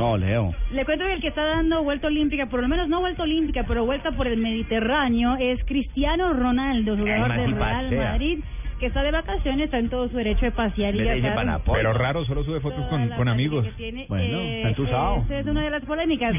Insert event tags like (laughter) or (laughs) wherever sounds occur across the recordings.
No, Leo. Le cuento que el que está dando vuelta olímpica, por lo menos no vuelta olímpica, pero vuelta por el Mediterráneo, es Cristiano Ronaldo, jugador Además, del y Real pasea. Madrid, que está de vacaciones, está en todo su derecho de pasear y Vete gastar para Napoli. Pero raro, solo sube fotos toda con, la con plata amigos. que tiene. Bueno, Eh, está entusado. Esa es una de (laughs) las polémicas.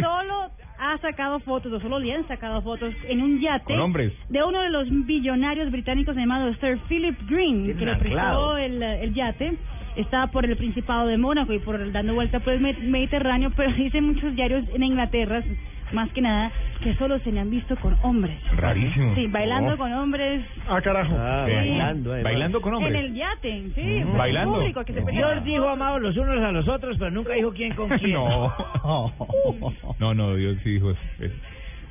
solo ha sacado fotos, o solo le han sacado fotos, en un yate Con hombres. de uno de los billonarios británicos llamado Sir Philip Green, Tienen que le prestó anclado. el, el yate. Estaba por el Principado de Mónaco y por el- dando vuelta por el Med- Mediterráneo, pero (laughs) dicen muchos diarios en Inglaterra, más que nada, que solo se le han visto con hombres. Rarísimo. Sí, bailando Oh. con hombres Ah, carajo. Ah, Eh, bailando, además. Bailando con en hombres. Mm. el yate, sí, frente al Bailando. Oh. público, que se pelean. Dios dijo amados los unos a los otros, pero nunca dijo (laughs) quién con (laughs) quién. No. No, no, Dios sí dijo eso. Eh,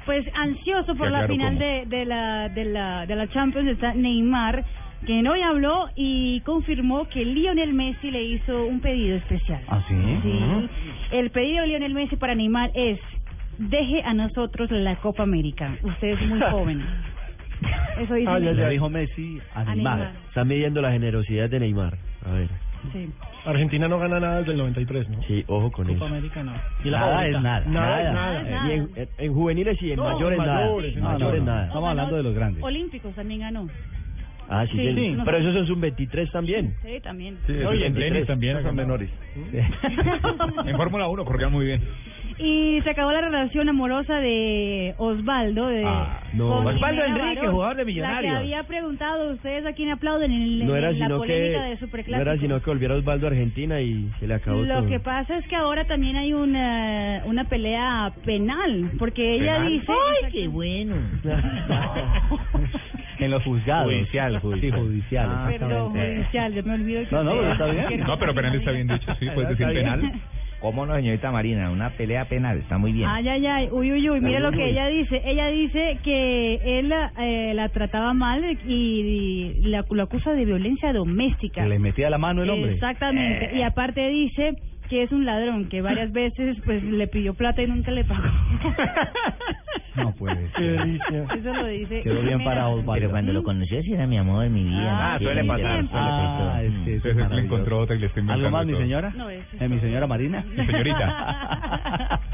Pues ansioso por Ya, la claro, final ¿cómo? de, de, la, de, la, de la Champions está Neymar, quien hoy habló y confirmó que Lionel Messi le hizo un pedido especial. ¿Ah, sí? Sí. El pedido de Lionel Messi para Neymar es, deje a nosotros la Copa América. Usted es muy joven. Eso dice Le Neymar. dijo Messi a A Neymar. Neymar. Está midiendo la generosidad de Neymar. A ver. Sí. Argentina no gana nada desde el 93, ¿no? Sí, ojo con eso. América no. Nada es nada. Nada es nada. Nada Y es en, en juveniles y en No, mayores, en nada. mayores, En no, no, mayores, no. nada. No, ganó hablando de los grandes. Olímpicos también ganó. Ah, sí, Sí, sí. sí. Pero esos son sub 23 también. Sí, también. No, y en tenis también. Son menores. (laughs) En Fórmula 1 corrían muy bien. Y se acabó la relación amorosa de Osvaldo. De, Ah, no. con Osvaldo Jimena Enrique, Barón, jugador de La Millonarios. que había preguntado ustedes a quién aplauden en, el- No era en la sino que polémica de Superclásico. no era sino que volviera Osvaldo a Argentina y se le acabó Lo todo. que pasa es que ahora también hay una, una pelea penal, porque ella ¿Penal? dice... ¡Ay, qué bueno! (laughs) en los juzgados. Judicial, judicial. Sí, judicial. Ah, Perdón, exactamente. judicial, yo me olvido que... No, no, pero está bien. que- No, pero penal está bien dicho, sí, puedes decir Está bien. penal. ¿Cómo no, señorita Marina? Una pelea penal, está muy Ah, bien. Ay, ay, ay, uy, uy, uy, mira lo que ella dice. Ella dice que él eh, la trataba mal y, y la, lo acusa de violencia doméstica. metía la mano Exactamente. Y aparte dice que es un ladrón, que varias veces pues le pidió plata y nunca le pagó. No puede Qué delicia. Eso lo dice. Quedó bien Jimena. para Osvaldo. Pero cuando (laughs) lo conoció, sí era mi amor, mi vida. Ah, Sí, suele sí, pasar, sí, sí, Ah, sí, sí. es que Entonces eso es le maravilloso. encontró otra y le está inventando todo. No, eso es Eh, todo. Marina? Señorita.